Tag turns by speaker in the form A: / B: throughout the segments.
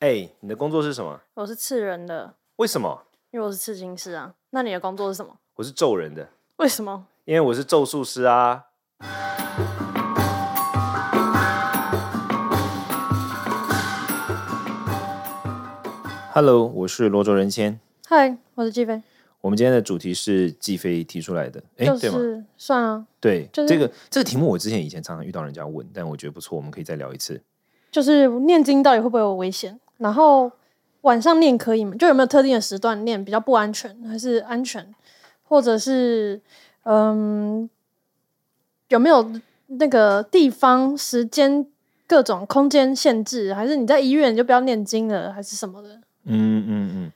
A: 哎、你的工作是什么？
B: 我是刺人的，
A: 为什么？
B: 因为我是刺青师啊。那你的工作是什么？
A: 我是咒人的，
B: 为什么？
A: 因为我是咒术师啊。Hello，我是罗卓人谦。
B: 嗨，我是季飞，
A: 我们今天的主题是季飞提出来的，哎、
B: 就
A: 对吗？
B: 是算啊，
A: 对，
B: 就是
A: 这个这个题目我之前以前常常遇到人家问，但我觉得不错，我们可以再聊一次。
B: 就是念经到底会不会有危险？然后晚上念可以吗？就有没有特定的时段念比较不安全，还是安全？或者是嗯，有没有那个地方、时间、各种空间限制？还是你在医院你就不要念经了，还是什么的？
A: 嗯嗯嗯，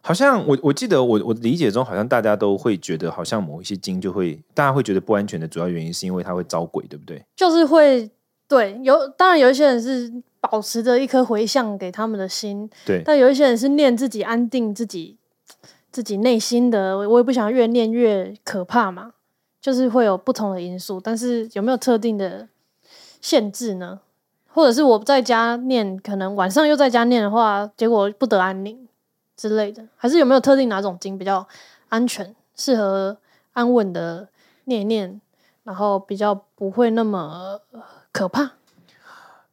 A: 好像我我记得我我理解中，好像大家都会觉得，好像某一些经就会，大家会觉得不安全的主要原因是因为它会招鬼，对不对？
B: 就是会对有，当然有一些人是保持着一颗回向给他们的心，
A: 对，
B: 但有一些人是念自己安定自己自己内心的，我也不想越念越可怕嘛，就是会有不同的因素，但是有没有特定的限制呢？或者是我在家念，可能晚上又在家念的话，结果不得安宁之类的，还是有没有特定哪种经比较安全，适合安稳的念一念，然后比较不会那么呃可怕？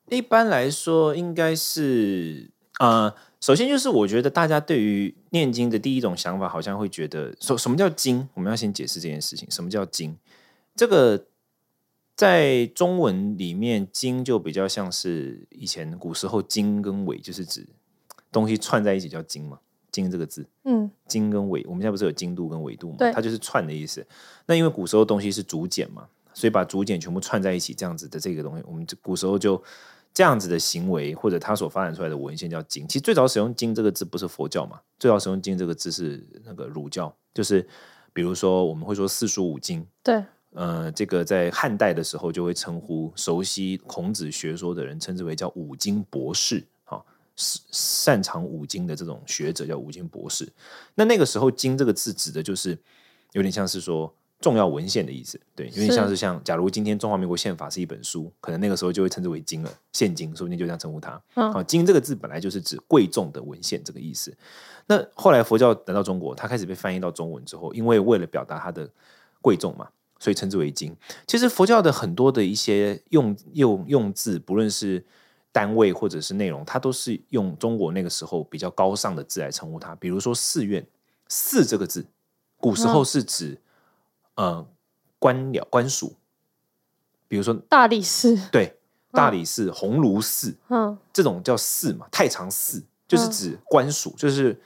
A: 一般来说应该是，呃，首先就是我觉得大家对于念经的第一种想法，好像会觉得，什什么叫经？我们要先解释这件事情，什么叫经？这个在中文里面，经就比较像是以前古时候经跟纬，就是指东西串在一起叫经嘛，经这个字。
B: 嗯，
A: 经跟纬，我们现在不是有经度跟纬度嘛？
B: 对
A: 它就是串的意思。那因为古时候东西是竹简嘛，所以把竹简全部串在一起，这样子的这个东西，我们这古时候就这样子的行为，或者它所发展出来的文献叫经。其实最早使用“经”这个字不是佛教嘛，最早使用“经”这个字是那个儒教，就是比如说我们会说四书五经，
B: 对，
A: 呃，这个在汉代的时候就会称呼熟悉孔子学说的人，称之为叫五经博士，啊、是擅长五经的这种学者叫五经博士。那那个时候“经”这个字指的就是有点像是说重要文献的意思，对，有点
B: 是
A: 像是像假如今天中华民国宪法是一本书，可能那个时候就会称之为经了，现经，说不定就这样称呼它。
B: 嗯
A: 啊，经这个字本来就是指贵重的文献这个意思。那后来佛教来到中国，它开始被翻译到中文之后，因为为了表达它的贵重嘛，所以称之为经。其实佛教的很多的一些用用用字，不论是单位或者是内容，它都是用中国那个时候比较高尚的字来称呼它。比如说寺院，寺这个字，古时候是指、呃官僚官署，比如说
B: 大理寺，
A: 对大理寺、鸿胪寺，
B: 嗯，
A: 这种叫寺嘛，太常寺就是
B: 嗯
A: 指官署，就是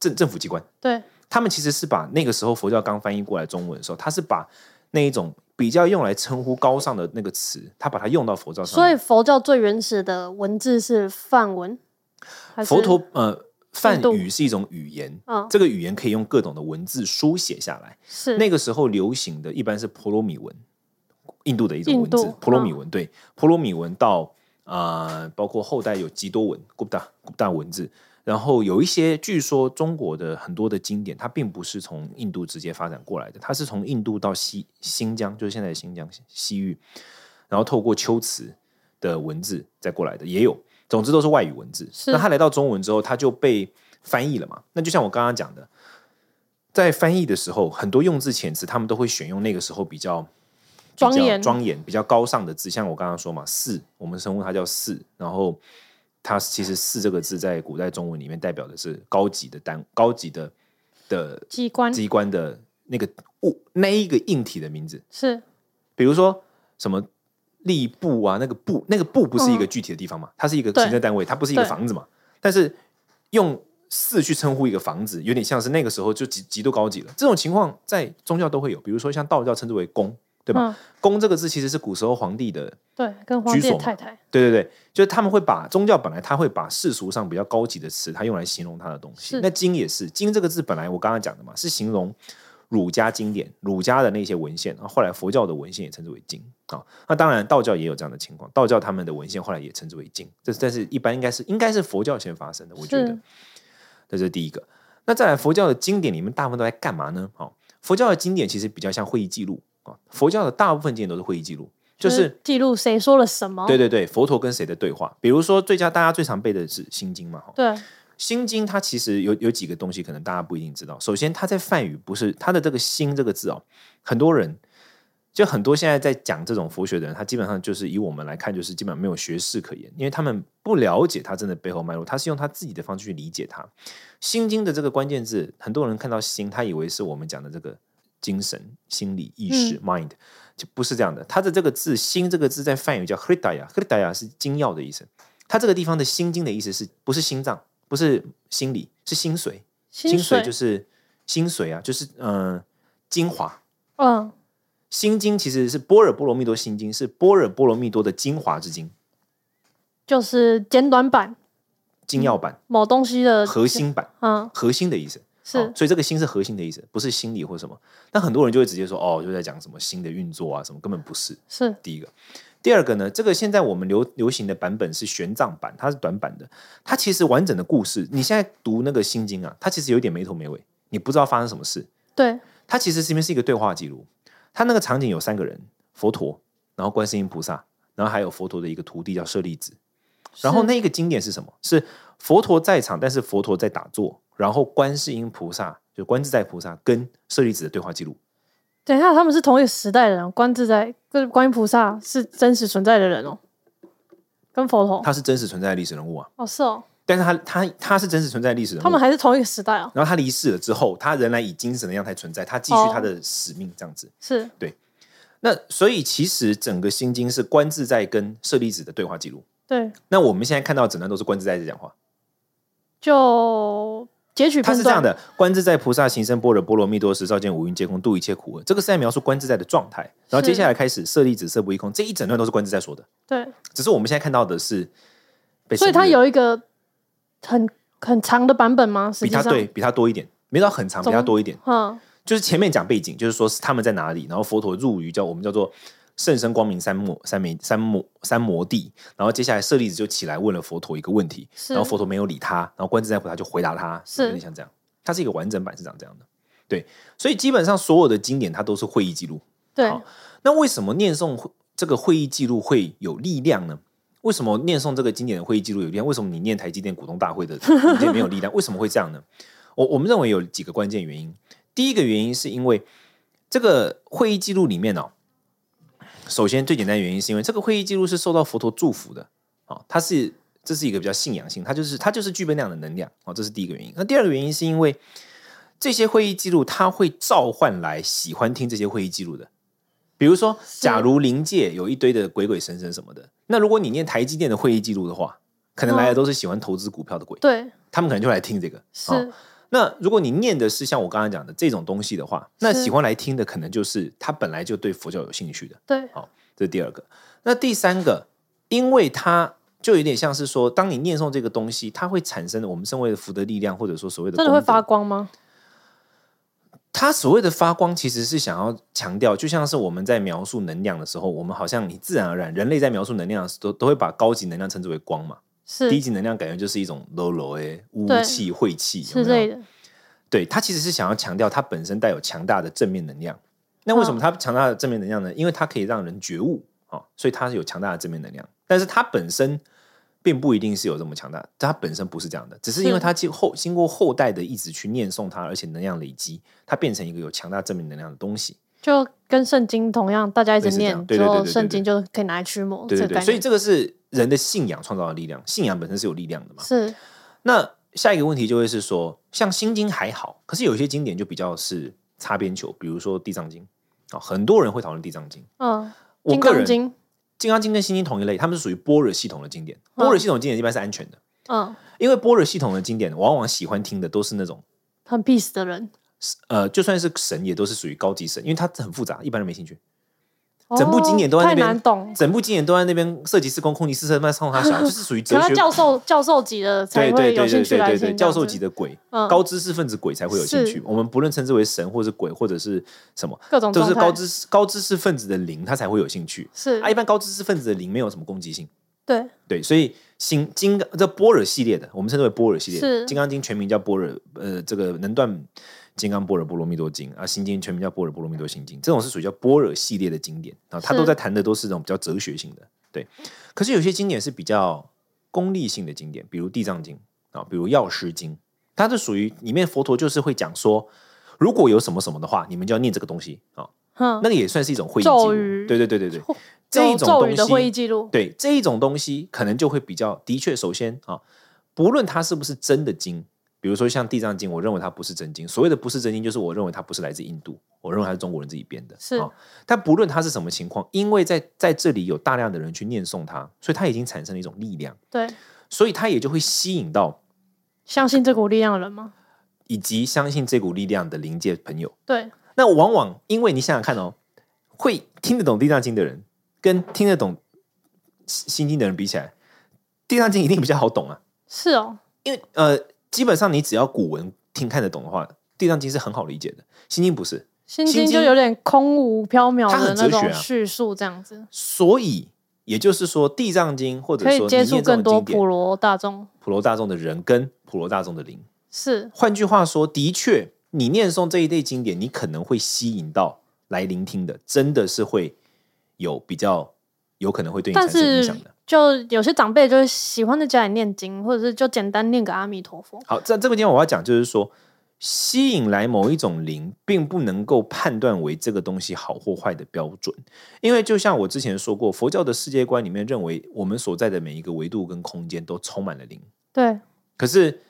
A: 政政府机关。
B: 对，
A: 他们其实是把那个时候佛教刚翻译过来中文的时候，他是把那一种比较用来称呼高尚的那个词，他把它用到佛教上
B: 所以
A: 面。
B: 佛教最原始的文字是梵文，还是
A: 佛陀呃，梵
B: 印度
A: 语是一种语言，
B: 嗯
A: 这个语言可以用各种的文字书写下来。
B: 是
A: 那个时候流行的一般是婆罗米文，印度的一种
B: 印
A: 文字
B: 度，嗯
A: 婆罗米文、对，婆罗米文到呃，包括后代有吉多文、Gupta Gupta 文字，然后有一些据说中国的很多的经典，它并不是从印度直接发展过来的，它是从印度到西新疆，就是现在的新疆西西域，然后透过秋词的文字再过来的也有，总之都是外语文字。
B: 是
A: 那它来到中文之后，它就被翻译了嘛？那就像我刚刚讲的，在翻译的时候，很多用字遣词，他们都会选用那个时候比较比较
B: 庄严
A: 庄严、比较高尚的字。像我刚刚说嘛，寺，我们称呼它叫寺，然后它其实“寺”这个字在古代中文里面代表的是高级的单、高级的的
B: 机关
A: 机关的那个物那一个硬体的名字。
B: 是
A: 比如说什么吏部啊，那个部那个部不是一个
B: 嗯
A: 具体的地方嘛，它是一个
B: 对
A: 行政单位，它不是一个
B: 对
A: 房子嘛。但是用寺去称呼一个房子，有点像是那个时候就极极度高级了。这种情况在宗教都会有，比如说像道教称之为宫，对吧？
B: 嗯
A: 宫这个字其实是古时候皇帝的
B: 对，跟皇
A: 居
B: 帝
A: 所
B: 的
A: 嘛
B: 太太
A: 对对对，就是他们会把宗教本来他会把世俗上比较高级的词，他用来形容他的东西。
B: 是
A: 那经也是经这个字本来我刚刚讲的嘛，是形容儒家经典、儒家的那些文献，然啊后后来佛教的文献也称之为经啊。那当然道教也有这样的情况，道教他们的文献后来也称之为经，这但是一般应该是应该是佛教先发生的，我觉得
B: 是
A: 这是第一个。那再来，佛教的经典里面大部分都在啊干嘛呢？哦，佛教的经典其实比较像会议记录啊、佛教的大部分经典都是会议记录，就是
B: 记录谁说了什么。
A: 对对对，佛陀跟谁的对话？比如说最佳大家最常背的是《心经》嘛，哈，
B: 对
A: 心经它其实有有几个东西，可能大家不一定知道。首先，它在梵语不是它的这个“心”这个字哦，很多人就很多现在在讲这种佛学的人，他基本上就是以我们来看，就是基本上没有学识可言，因为他们不了解它真的背后脉络，他是用他自己的方式去理解它。心经的这个关键字，很多人看到“心”，他以为是我们讲的这个精神、心理、意识、mind，就不是这样的。它的这个字“心”这个字在梵语叫 “hridaya”，“hridaya” 是精要的意思。它这个地方的心经的意思是不是心脏，不是心理，是心髓。
B: 薪
A: 髓就是心髓啊，就是嗯、呃精华。
B: 嗯
A: 心经其实是般若波罗蜜多心经，是般若波罗蜜多的精华之精，
B: 就是简短版
A: 精要版、
B: 某东西的
A: 核，心版、
B: 嗯
A: 核心的意思。好
B: 呃是
A: 所以这个心是核心的意思，不是心理或什么。那很多人就会直接说，哦，就在讲什么心的运作啊，什么根本不是。
B: 是
A: 第一个，第二个呢，这个现在我们流流行的版本是玄奘版，它是短版的，它其实完整的故事，你现在读那个心经啊，它其实有点没头没尾，你不知道发生什么事。
B: 对
A: 它其实这边是一个对话记录，它那个场景有三个人，佛陀，然后观世音菩萨，然后还有佛陀的一个徒弟叫舍利子。然后
B: 是
A: 那个经典是什么？是佛陀在场，但是佛陀在打坐，然后观世音菩萨就观自在菩萨跟舍利子的对话记录。
B: 等一下，他们是同一个时代的人，观自在跟观音菩萨是真实存在的人哦，跟佛陀
A: 他是真实存在的历史人物啊，
B: 哦是哦，
A: 但是他他他是真实存在的历史人物。啊
B: 他们还是同一个时代哦，
A: 然后他离世了之后，他仍然以精神的样态存在，他继续
B: 哦
A: 他的使命这样子。
B: 是
A: 那所以其实整个心经是观自在跟舍利子的对话记录。
B: 对，
A: 那我们现在看到的整段都是观自在在讲话，
B: 就截取
A: 他
B: 片
A: 是这样
B: 段，
A: 的：观自在菩萨行深般若波罗蜜多时，照见五蕴皆空，度一切苦厄。这个是在描述观自在的状态。然后接
B: 是
A: 下来开始舍利子色不异空，这一整段都是观自在说的，
B: 对，
A: 只是我们现在看到的是被省略的，
B: 所以他有一个很很长的版本吗？实
A: 比
B: 际
A: 他
B: 上，
A: 对比他多一点，没到很长，比
B: 怎么
A: 他多一点。
B: 嗯，
A: 就是前面讲背景，就是说是他们在哪里，然后佛陀入于叫我们叫做圣身光明三摩三明三摩三摩地，然后接下来舍利子就起来问了佛陀一个问题，
B: 是
A: 然后佛陀没有理他，然后观自在菩萨就回答他，
B: 是
A: 有点像这样，它是一个完整版是长这样的，对，所以基本上所有的经典它都是会议记录，
B: 对
A: 好那为什么念诵会这个会议记录会有力量呢？为什么念诵这个经典的会议记录有力量？为什么你念台积电股东大会的文件没有力量？为什么会这样呢？我我们认为有几个关键原因。第一个原因是因为这个会议记录里面哦，首先最简单的原因是因为这个会议记录是受到佛陀祝福的哦，它是这是一个比较信仰性，它就是它就是具备那样的能量哦，这是第一个原因。那第二个原因是因为这些会议记录，它会召唤来喜欢听这些会议记录的。比如说，假如灵界有一堆的鬼鬼神神什么的，那如果你念台积电的会议记录的话，可能来的都是喜欢投资股票的鬼，
B: 对
A: 他们可能就来听这个。哦
B: 是，
A: 那如果你念的是像我刚刚讲的这种东西的话，那
B: 是
A: 喜欢来听的可能就是他本来就对佛教有兴趣的。
B: 对
A: 好，这是第二个。那第三个，因为它就有点像是说，当你念诵这个东西，它会产生我们身为的福德力量，或者说所谓的
B: 真的会
A: 功德
B: 发光吗？
A: 它所谓的发光，其实是想要强调，就像是我们在描述能量的时候，我们好像你自然而然，人类在描述能量的时候，都都会把高级能量称之为光嘛，
B: 是
A: 低级能量感觉就是一种 low low 哎，污
B: 对
A: 气、晦气
B: 之
A: 有没有
B: 类的，
A: 对，它其实是想要强调它本身带有强大的正面能量。那为什
B: 嗯
A: 么它强大的正面能量呢？因为它可以让人觉悟啊、哦所以它是有强大的正面能量。但是它本身并不一定是有这么强大，它本身不是这样的，只是因为
B: 是
A: 它经后经过后代的一直去念诵它，而且能量累积，它变成一个有强大正面能量的东西。
B: 就跟圣经同样，大家一直
A: 类似这样
B: 念
A: 对
B: 之
A: 对对对
B: 后，
A: 对
B: 圣经就可以拿来驱魔，
A: 对对
B: 这个
A: 对，
B: 概
A: 所以
B: 念
A: 这个是人的信仰创造的力量，信仰本身是有力量的嘛。
B: 是
A: 那下一个问题就会是说，像《心经》还好，可是有一些经典就比较是擦边球，比如说《地藏经》啊、很多人会讨论《地藏经》。
B: 嗯，
A: 我
B: 金
A: 个人
B: 刚
A: 《
B: 经，
A: 金刚经》跟《心经》同一类，他们是属于般若系统的经典。
B: 啊
A: 般若系统的经典一般是安全的，
B: 嗯，
A: 因为般若系统的经典往往喜欢听的都是那种
B: 很 peace 的人，
A: 呃，就算是神也都是属于高级神，因为它很复杂，一般人没兴趣。整部经典都在那
B: 哦太
A: 边
B: 难懂，
A: 整部经典都在那边涉及四空、空即四色，那上他小，就是属于
B: 可
A: 哲
B: 能
A: 学。
B: 教授教授级的才
A: 对
B: 会
A: 对
B: 有
A: 对
B: 兴
A: 对
B: 趣
A: 对
B: 来
A: 对
B: 听这
A: 对，
B: 样子，
A: 教授级的鬼，
B: 嗯
A: 高知识分子鬼才会有兴趣
B: 是。
A: 我们不论称之为神，或是鬼，或者是什么，
B: 各种
A: 都是
B: 状态
A: 高知识高知识分子的灵，他才会有兴趣。
B: 是
A: 啊，一般高知识分子的灵没有什么攻击性，
B: 对
A: 对，所以新金刚这般若系列的，我们称之为般若系列，《
B: 是
A: 金刚经》全名叫般若，呃，这个能断金刚般若波罗蜜多经》啊，《心经》全名叫《般若波罗蜜多心经》，这种是属于叫般若系列的经典啊，它
B: 是
A: 都在谈的都是这种比较哲学性的。对，可是有些经典是比较功利性的经典，比如《地藏经》啊，比如《药师经》，它是属于里面佛陀就是会讲说，如果有什么什么的话，你们就要念这个东西啊，
B: 哼，
A: 那个也算是一种会议记
B: 咒
A: 录
B: 语
A: 对对对对对，这
B: 有
A: 一种
B: 咒语的
A: 东
B: 会
A: 西
B: 议记录，
A: 对这一种东西，可能就会比较的确，首先啊，不论它是不是真的经，比如说像《地藏经》，我认为它不是真经。所谓的不是真经，就是我认为它不是来自印度，我认为它是中国人自己编的。
B: 是
A: 啊，但不论它是什么情况，因为在在这里有大量的人去念诵它，所以它已经产生了一种力量，
B: 对，
A: 所以它也就会吸引到
B: 相信这股力量的人吗？
A: 以及相信这股力量的灵界朋友。
B: 对，
A: 那往往因为你想想看哦，会听得懂《地藏经》的人，跟听得懂《心心经》的人比起来，《地藏经》一定比较好懂啊。
B: 是哦，
A: 因为呃，基本上你只要古文听看得懂的话，《地藏经》是很好理解的，《心经》不是。
B: 心
A: 心
B: 经
A: 经
B: 就有点空无缥缈
A: 它
B: 的
A: 很
B: 那
A: 哲学
B: 种
A: 啊
B: 叙述，这样子
A: 所以也就是说，《地藏经》或者
B: 可
A: 说
B: 以
A: 你
B: 接
A: 念
B: 触
A: 这种
B: 更多
A: 经
B: 普
A: 典，
B: 罗大众。
A: 普罗大众的人跟普罗大众的灵。
B: 是
A: 换句话说，的确，你念诵这一类经典，你可能会吸引到来聆听的，真的是会有比较有可能会对你
B: 但
A: 产生影
B: 是
A: 响的。
B: 就有些长辈就是喜欢在家里念经，或者是就简单念个阿弥陀佛。
A: 好，在这个地方我要讲，就是说，吸引来某一种灵，并不能够判断为这个东西好或坏的标准，因为就像我之前说过，佛教的世界观里面认为，我们所在的每一个维度跟空间都充满了灵，
B: 对，
A: 可是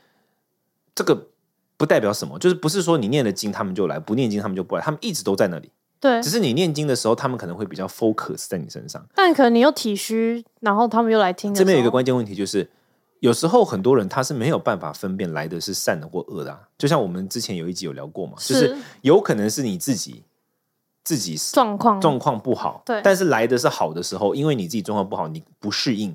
A: 这个不代表什么，就是不是说你念了经他们就来，不念经他们就不来，他们一直都在那里，
B: 对
A: 只，是你念经的时候，他们可能会比较 focus 在你身上。
B: 但可能你又体虚，然后他们又来听的时
A: 这
B: 候。
A: 边有一个关键问题，就是有时候很多人他是没有办法分辨来的是善的或恶的、啊，就像我们之前有一集有聊过嘛，就是
B: 是
A: 有可能是你自己自己
B: 状况，
A: 状况不好，
B: 对
A: 但是来的是好的时候，因为你自己状况不好，你不适应，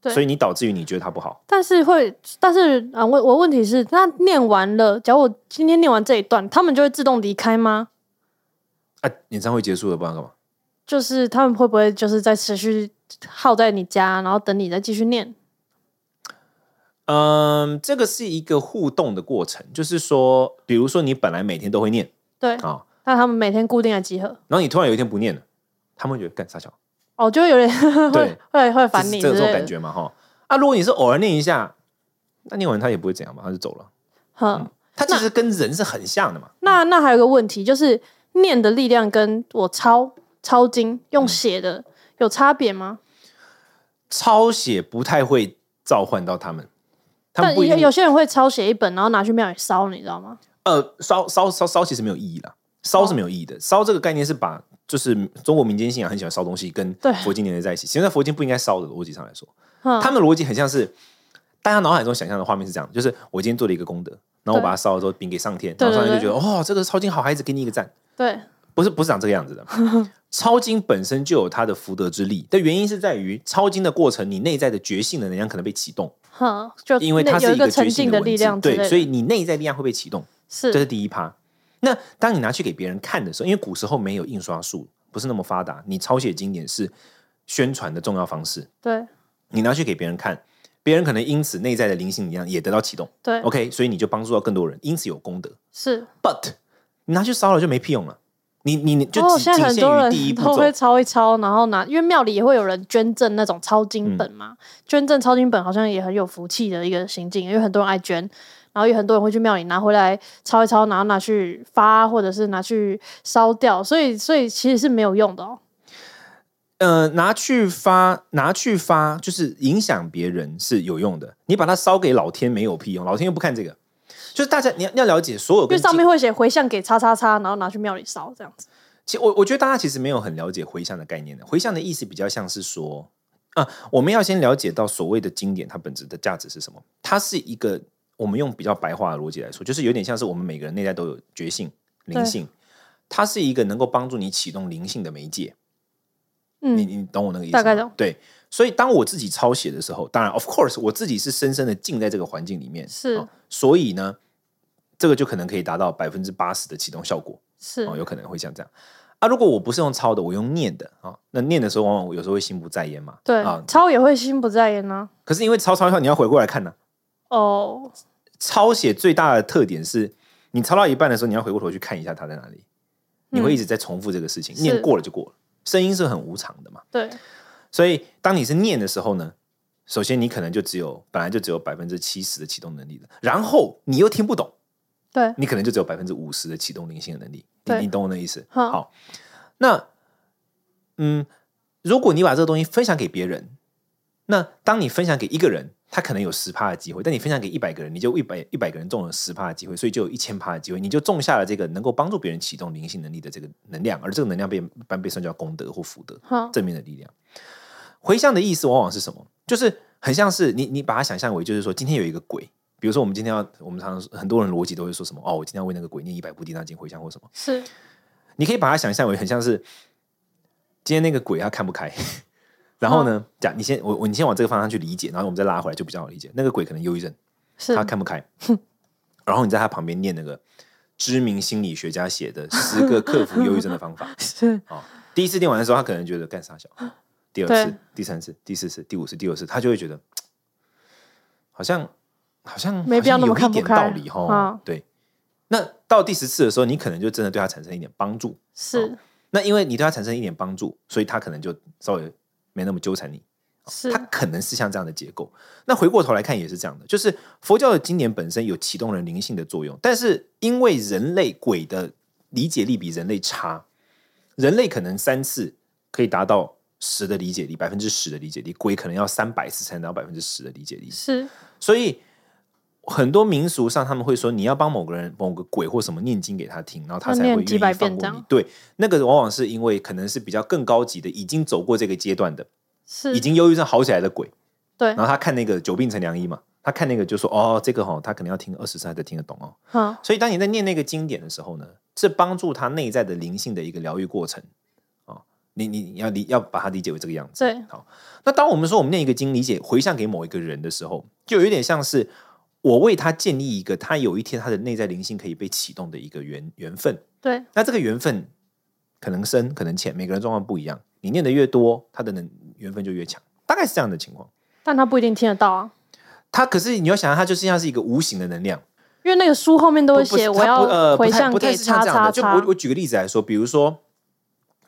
B: 对
A: 所以你导致于你觉得它不好，
B: 但是会，但是啊、呃我我问题是，那念完了，假如我今天念完这一段，他们就会自动离开吗？
A: 啊，演唱会结束了，不然干嘛？
B: 就是他们会不会就是在持续耗在你家，然后等你再继续念？
A: 嗯，这个是一个互动的过程，就是说，比如说你本来每天都会念
B: 对，
A: 啊、
B: 那他们每天固定的集合，
A: 然后你突然有一天不念了，他们会觉得干啥小。
B: 哦，就有点会
A: 对
B: 会会
A: 这
B: 烦
A: 是
B: 你
A: 这
B: 之
A: 种
B: 类
A: 感
B: 的。
A: 觉嘛，哈。啊，如果你是偶尔念一下，那念完他也不会怎样嘛，他就走了。
B: 哼，
A: 他其实跟人是很像的嘛，
B: 那那还有个问题就是，念的力量跟我抄抄经用写的、
A: 嗯
B: 有差别吗？
A: 抄写不太会召唤到他们，他们
B: 但
A: 不一
B: 有
A: 定
B: 有些人会抄写一本，然后拿去庙里烧，你知道吗？
A: 呃烧烧烧烧其实没有意义啦，烧是没有意义的，烧这个概念是把就是中国民间信仰很喜欢烧东西跟
B: 对嗯
A: 佛经连接在一起，其实佛经不应该烧的逻辑上来说，
B: 哼，
A: 他们的逻辑很像是大家脑海中想象的画面是这样，就是我今天做了一个功德，然后我
B: 对
A: 把它烧了之后禀给上天，
B: 对
A: 然后上天
B: 对
A: 就觉得哦这个抄经好孩子给你一个赞，
B: 对，
A: 不是不是长这个样子 的。抄经本身就有它的福德之力，的原因是在于抄经的过程，你内在的觉性的能量可能被启动，
B: 哼，就
A: 因为
B: 那
A: 它
B: 有
A: 是
B: 一
A: 个觉
B: 沉
A: 性
B: 静的
A: 文
B: 力
A: 字
B: 量之类
A: 对，
B: 的，
A: 所以你内在力量会被启动，
B: 是
A: 这是第一趴。那当你拿去给别人看的时候，因为古时候没有印刷术，不是那么发达，你抄写经典是宣传的重要方式，
B: 对
A: 你拿去给别人看，别人可能因此内在的灵性力量也得到启动
B: 对
A: ，OK，所以你就帮助到更多人，因此有功德。
B: 是。
A: But 你拿去烧了就没屁用了，你你你就
B: 哦，
A: 仅
B: 现在
A: 仅
B: 很
A: 限
B: 多
A: 于第一
B: 人
A: 步骤。
B: 都会抄一抄，然后拿，因为庙里也会有人捐赠那种抄
A: 嗯
B: 经本嘛，捐赠抄经本好像也很有福气的一个行径，因为很多人爱捐，然后有很多人会去庙里拿回来抄一抄，然后拿去发或者是拿去烧掉，所以所以其实是没有用的哦。
A: 呃，拿去发，拿去发，就是影响别人是有用的。你把它烧给老天没有屁用，老天又不看这个。就是大家你要要了解所有
B: 因为
A: 跟
B: 上
A: 经
B: 面会写回向给叉叉叉，然后拿去庙里烧这样子。
A: 其我我觉得大家其实没有很了解回向的概念的。回向的意思比较像是说啊，我们要先了解到所谓的经典它本质的价值是什么。它是一个我们用比较白话的逻辑来说，就是有点像是我们每个人内在都有觉性、灵性，它是一个能够帮助你启动灵性的媒介。你
B: 嗯，
A: 你懂我那个意思吗？
B: 大概懂
A: 对，所以当我自己抄写的时候，当然，of course，我自己是深深的浸在这个环境里面，
B: 是
A: 哦所以呢，这个就可能可以达到百分之八十的启动效果
B: 是
A: 哦，有可能会像这样。啊，如果我不是用抄的，我用念的啊、哦那念的时候往往我有时候会心不在焉嘛，
B: 对
A: 啊，
B: 抄也会心不在焉啊呢。
A: 可是因为抄抄一抄，你要回过来看呢、
B: 哦，
A: 抄写最大的特点是你抄到一半的时候，你要回过头去看一下它在哪里，你会一直在重复这个事情，
B: 嗯是
A: 念过了就过了。声音是很无常的嘛，
B: 对，
A: 所以当你是念的时候呢，首先你可能就只有本来就只有百分之七十的启动能力了，然后你又听不懂，
B: 对，
A: 你可能就只有百分之五十的启动灵性的能力。你
B: 对
A: 你懂我的意思？
B: 好
A: 好，那嗯，如果你把这个东西分享给别人，那当你分享给一个人，他可能有十趴的机会，但你分享给一百个人，你就一百一百个人中了十趴的机会，所以就有一千趴的机会，你就种下了这个能够帮助别人启动灵性能力的这个能量，而这个能量被一般被算叫功德或福德。
B: 好，
A: 正面的力量。回向的意思往往是什么？就是很像是你你把它想象为，就是说今天有一个鬼，比如说我们今天要，我们常常很多人逻辑都会说什么哦，我今天要为那个鬼念一百部地藏经回向或什么，
B: 是，
A: 你可以把它想象为很像是今天那个鬼他看不开。然后呢？讲你先，我我你先往这个方向去理解，然后我们再拉回来就比较好理解。那个鬼可能忧郁症，
B: 是
A: 他，看不开，然后你在他旁边念那个知名心理学家写的十个克服忧郁症的方法，
B: 是，
A: 哦，第一次念完的时候，他可能觉得干啥小，第二次
B: 对、
A: 第三次、第四次、第五次、第六次，他就会觉得嘖好像好像
B: 没必要那么
A: 好像有一
B: 看不
A: 点
B: 开
A: 道理哈
B: 啊。
A: 对，那到第十次的时候，你可能就真的对他产生一点帮助。
B: 是，
A: 那因为你对他产生一点帮助，所以他可能就稍微没那么纠缠你。
B: 是
A: 它，可能是像这样的结构。那回过头来看也是这样的，就是佛教的经典本身有启动人灵性的作用，但是因为人类鬼的理解力比人类差，人类可能三次可以达到十的理解力，百分之十的理解力，鬼可能要三百次才能达到百分之十的理解力。
B: 是，
A: 所以很多民俗上他们会说，你要帮某个人、某个鬼或什么念经给他听，然后他才会
B: 要
A: 愿
B: 念几
A: 意
B: 百
A: 放
B: 遍
A: 过
B: 这
A: 你
B: 样。
A: 对，那个往往是因为可能是比较更高级的，已经走过这个阶段的，
B: 是，
A: 已经忧郁症好起来的鬼。
B: 对
A: 然，后他看那个久病成良医嘛，他看那个就说哦，这个哈、他可能要听二十次才听得懂哦。
B: 好，
A: 所以当你在念那个经典的时候呢，是帮助他内在的灵性的一个疗愈过程哦。你你你要理要把它理解为这个样子。
B: 对，
A: 好，那当我们说我们念一个经理解回向给某一个人的时候，就有点像是我为他建立一个他有一天他的内在灵性可以被启动的一个缘缘分。
B: 对，
A: 那这个缘分可能深可能浅，每个人状况不一样。你念的越多，他的能缘分就越强，大概是这样的情况。
B: 但他不一定听得到啊，
A: 它可是你要想，它就像是一个无形的能量，
B: 因为那个书后面都
A: 不
B: 会
A: 不是
B: 写我
A: 它不呃
B: 要
A: 不
B: 回
A: 太
B: 向
A: 不太
B: 给
A: 是像
B: 叉
A: 这样的。
B: 叉
A: 就
B: 叉
A: 我，我举个例子来说，比如说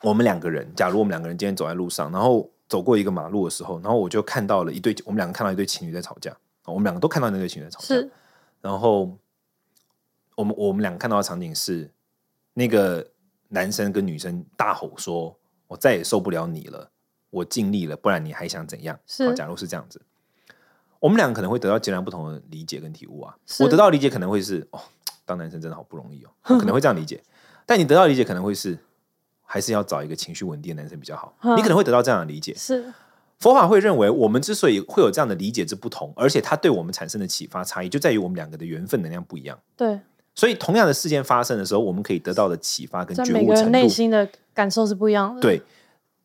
A: 我们两个人，假如我们两个人今天走在路上，然后走过一个马路的时候，然后我就看到了一对，我们两个看到一对情侣在吵架，我们两个都看到那对情侣在吵架
B: 是，，
A: 然后我们我们两个看到的场景是那个男生跟女生大吼说：“我再也受不了你了，我尽力了，不然你还想怎样？”
B: 是
A: 好假如是这样子，我们两个可能会得到截然不同的理解跟体悟啊。
B: 是
A: 我得到的理解可能会是：“哦，当男生真的好不容易 哦。”我可能会这样理解，但你得到的理解可能会是。还是要找一个情绪稳定的男生比较好。
B: 嗯
A: 你可能会得到这样的理解，
B: 是，
A: 佛法会认为，我们之所以会有这样的理解之不同，而且它对我们产生的启发差异，就在于我们两个的缘分能量不一样。
B: 对，
A: 所以，同样的事件发生的时候，我们可以得到的启发跟
B: 在
A: 觉
B: 每
A: 悟
B: 个人
A: 程
B: 内
A: 度，
B: 心的感受是不一样的，，
A: 对。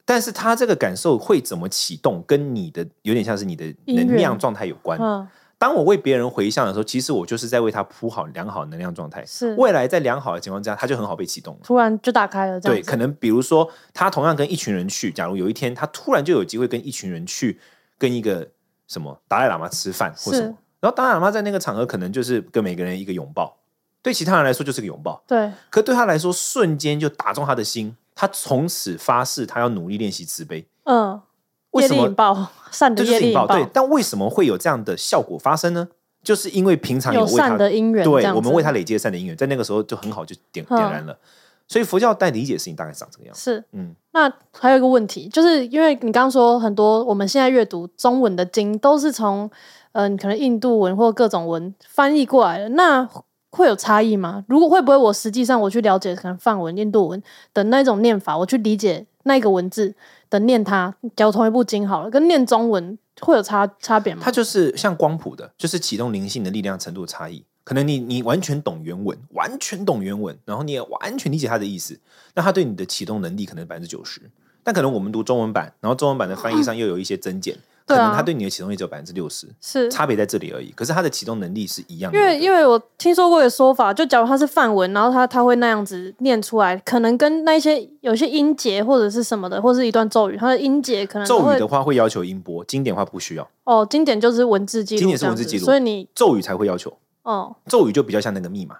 A: 但是，它这个感受会怎么启动，跟你的有点像是你的能
B: 因
A: 量
B: 缘
A: 状态有关。
B: 嗯，
A: 当我为别人回向的时候，其实我就是在为他铺好良好能量状态。
B: 是，
A: 未来在良好的情况之下，他就很好被启动了。
B: 突然就打开了，这
A: 对，
B: 样
A: 可
B: 子，
A: 能比如说他同样跟一群人去，假如有一天他突然就有机会跟一群人去跟一个什么达赖喇嘛吃饭或什么
B: 是，
A: 然后达赖喇嘛在那个场合可能就是跟每个人一个拥抱，对其他人来说就是个拥抱，
B: 对，
A: 可对他来说瞬间就打中他的心，他从此发誓他要努力练习慈悲。
B: 嗯，
A: 为
B: 业
A: 什
B: 力
A: 么
B: 引爆， 善
A: 这
B: 的
A: 就
B: 业
A: 是
B: 力
A: 引
B: 引
A: 爆
B: 爆，
A: 对，但为什么会有这样的效果发生呢？就是因为平常有
B: 有
A: 为他
B: 善的因缘，这
A: 对
B: 样
A: 我们
B: 子
A: 为他累积的善的因缘，在那个时候就很好就点点
B: 嗯
A: 燃了。所以佛教带理解的事情大概是长这个样子。
B: 是，
A: 嗯
B: 嗯，那还有一个问题，就是因为你刚刚说很多我们现在阅读中文的经都是从嗯、呃你可能印度文或各种文翻译过来的，那会有差异吗？如果会不会我实际上我去了解可能梵文、印度文的那种念法，我去理解那个文字的念它，假如同一部经好了，跟念中文会有差差别吗
A: 它？就是像光谱的，就是启动灵性的力量程度的差异。可能你你完全懂原文，完全懂原文，然后你也完全理解它的意思，那它对你的启动能力可能百分之九十，但可能我们读中文版，然后中文版的翻译上又有一些增减，可
B: 对啊
A: 能它对你的启动力只有百分之六十，
B: 是，
A: 差别在这里而已。可是它的启动能力是一样的，
B: 因为因为我听说过一个说法，就假如他是范文，然后他他会那样子念出来，可能跟那些有些音节或者是什么的，或是一段咒语，它的音节可能都
A: 咒
B: 会
A: 语的话会要求音波，经典话不需要，
B: 哦，经典就是文字记录这
A: 经
B: 样子，
A: 典是文字记录
B: 所以你
A: 咒语才会要求，
B: 哦
A: 咒语就比较像那个密码，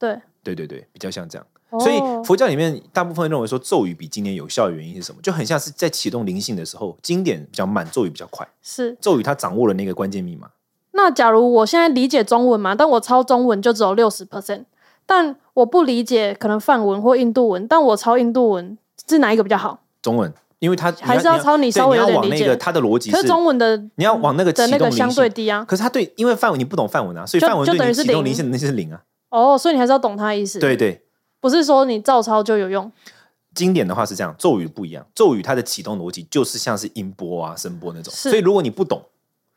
B: 对，
A: 对对对，比较像这样。所以
B: 哦
A: 佛教里面大部分认为说咒语比经典有效的原因是什么？就很像是在启动灵性的时候，经典比较慢，咒语比较快。
B: 是。
A: 咒语它掌握了那个关键密码，
B: 那假如我现在理解中文嘛，但我抄中文就只有六十 percent，但我不理解可能梵文或印度文，但我抄印度文是哪一个比较好？
A: 中文，因为它
B: 还是要抄
A: 你
B: 你
A: 对
B: 稍微有
A: 你要
B: 点
A: 往
B: 理
A: 那
B: 解
A: 个它的逻辑
B: 可是中文的
A: 你要往那个
B: 的
A: 启
B: 那
A: 动
B: 个
A: 灵
B: 相
A: 性
B: 对。低啊。
A: 可是它对，因为范文你不懂范文啊，所以
B: 就
A: 范文
B: 就
A: 对
B: 等
A: 你
B: 于是
A: 启动
B: 零
A: 灵性的那些是零啊。
B: 哦，所以你还是要懂它的意思。
A: 对，对，
B: 不是说你照抄就有用。
A: 经典的话是这样，咒语不一样，咒语它的启动逻辑就是像是音波啊、声波那种，
B: 是
A: 所以如果你不懂，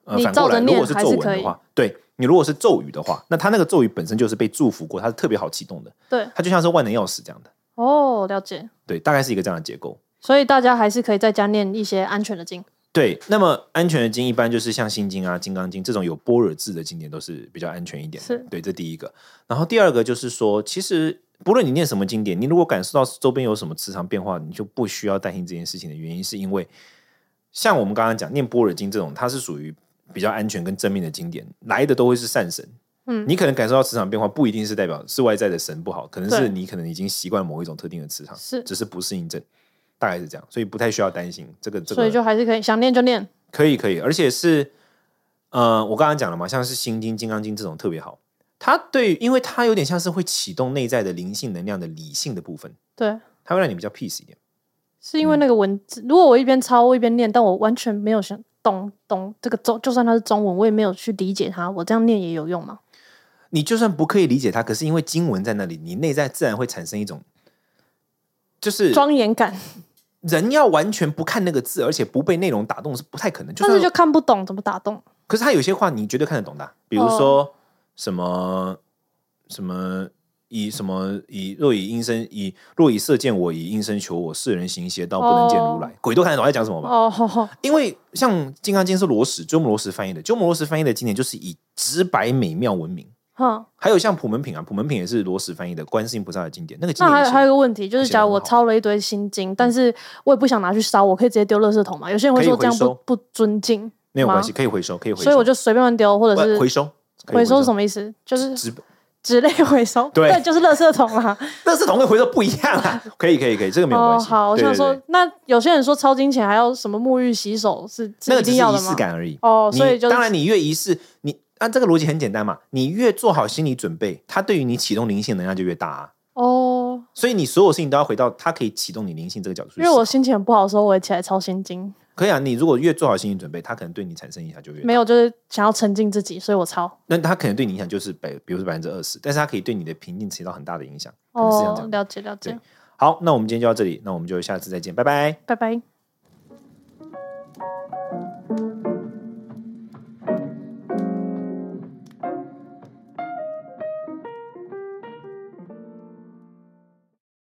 A: 呃，
B: 你
A: 反过
B: 照
A: 来
B: 着
A: 如
B: 念
A: 果是咒
B: 还
A: 文
B: 是可
A: 的
B: 以
A: 话，对你如果是咒语的话，那它那个咒语本身就是被祝福过，它是特别好启动的，
B: 对，
A: 它就像是万能钥匙这样的，
B: 哦，了解。
A: 对，大概是一个这样的结构。
B: 所以大家还是可以在家念一些安全的经。
A: 对，那么安全的经一般就是像《心经》啊、《金刚经》这种有般若字的经典都是比较安全一点的。
B: 是
A: 对，这第一个。然后第二个就是说，其实不论你念什么经典，你如果感受到周边有什么磁场变化，你就不需要担心这件事情的原因，是因为像我们刚刚讲念般若经这种，它是属于比较安全跟正面的经典，来的都会是善神。
B: 嗯
A: 你可能感受到磁场变化，不一定是代表是外在的神不好，可能是
B: 对
A: 你可能已经习惯某一种特定的磁场，
B: 是
A: 只是不适应症，大概是这样，所以不太需要担心这个这个。
B: 所以就还是可以想念就念。
A: 可以可以，而且是，呃，我刚刚讲了嘛，像是《心经》《金刚经》这种特别好，它对，因为它有点像是会启动内在的灵性能量的理性的部分，
B: 对，
A: 它会让你比较 peace 一点。
B: 是因为那
A: 嗯
B: 个文字，如果我一边抄我一边念，但我完全没有想懂懂这个中，就算它是中文，我也没有去理解它，我这样念也有用吗？
A: 你就算不刻意理解它，可是因为经文在那里，你内在自然会产生一种，就是
B: 庄严感，
A: 人要完全不看那个字，而且不被内容打动是不太可能。就
B: 但
A: 算
B: 是就看不懂怎么打动。
A: 可是他有些话你绝对看得懂的啊、比如
B: 哦
A: 说什么、什么以什么以若以音声以若以色见我以音声求我世人行邪道不能见如来，鬼都看得懂他在讲什么吧？
B: 哦， 吼吼
A: 因为像《金刚经》是罗什鸠摩罗什翻译的，鸠摩罗什翻译的经典就是以直白美妙闻名。
B: 哼。
A: 还有像普门品啊，普门品也是罗什翻译的观世音菩萨的经典，那个经
B: 那
A: 典
B: 还
A: 也
B: 有还有一
A: 是
B: 个问题，就是
A: 写得
B: 假如
A: 很
B: 我
A: 好
B: 抄了一堆心经，但是我也不想拿去烧，我可以直接丢垃圾桶嘛？有些人会
A: 可以
B: 说这样
A: 回收
B: 不不尊敬，
A: 没有关系，
B: 吗
A: 可以回收，可以回收。
B: 啊所以我就随便乱丢，或者是
A: 不回收，可以
B: 回收是什么意思？就是
A: 直
B: 纸类回收，
A: 对
B: 就是垃圾桶啦。
A: 垃圾桶跟回收不一样啊！可以，可以，可以， 这个没有
B: 哦，
A: 关系。
B: 好，我
A: 对
B: 想
A: 对
B: 说，
A: 对
B: 那有些人说抄经前还要什么沐浴、洗手是
A: 那
B: 一
A: 个只
B: 定
A: 是
B: 要
A: 仪
B: 的
A: 式
B: 吗？
A: 感而已。
B: 哦，
A: 你
B: 所以就是
A: 当然，你越仪式，你按、这个逻辑很简单嘛，你越做好心理准备，它对于你启动灵性能量就越大、啊。
B: 哦，
A: 所以你所有事情都要回到它可以启动你灵性这个角度去
B: 因
A: 思考。
B: 为我心情很不好的时候，我也起来抄心经，
A: 可以啊，你如果越做好心理准备，它可能对你产生影响就越大
B: 没有就是想要沉浸自己，所以我抄。
A: 那它可能对你影响就是百，比如说百分之二十，但是它可以对你的平静起到很大的影响，可能是这样
B: 哦
A: 讲。，
B: 了解了解
A: 对，好，那我们今天就到这里，那我们就下次再见，拜拜。
B: 拜拜。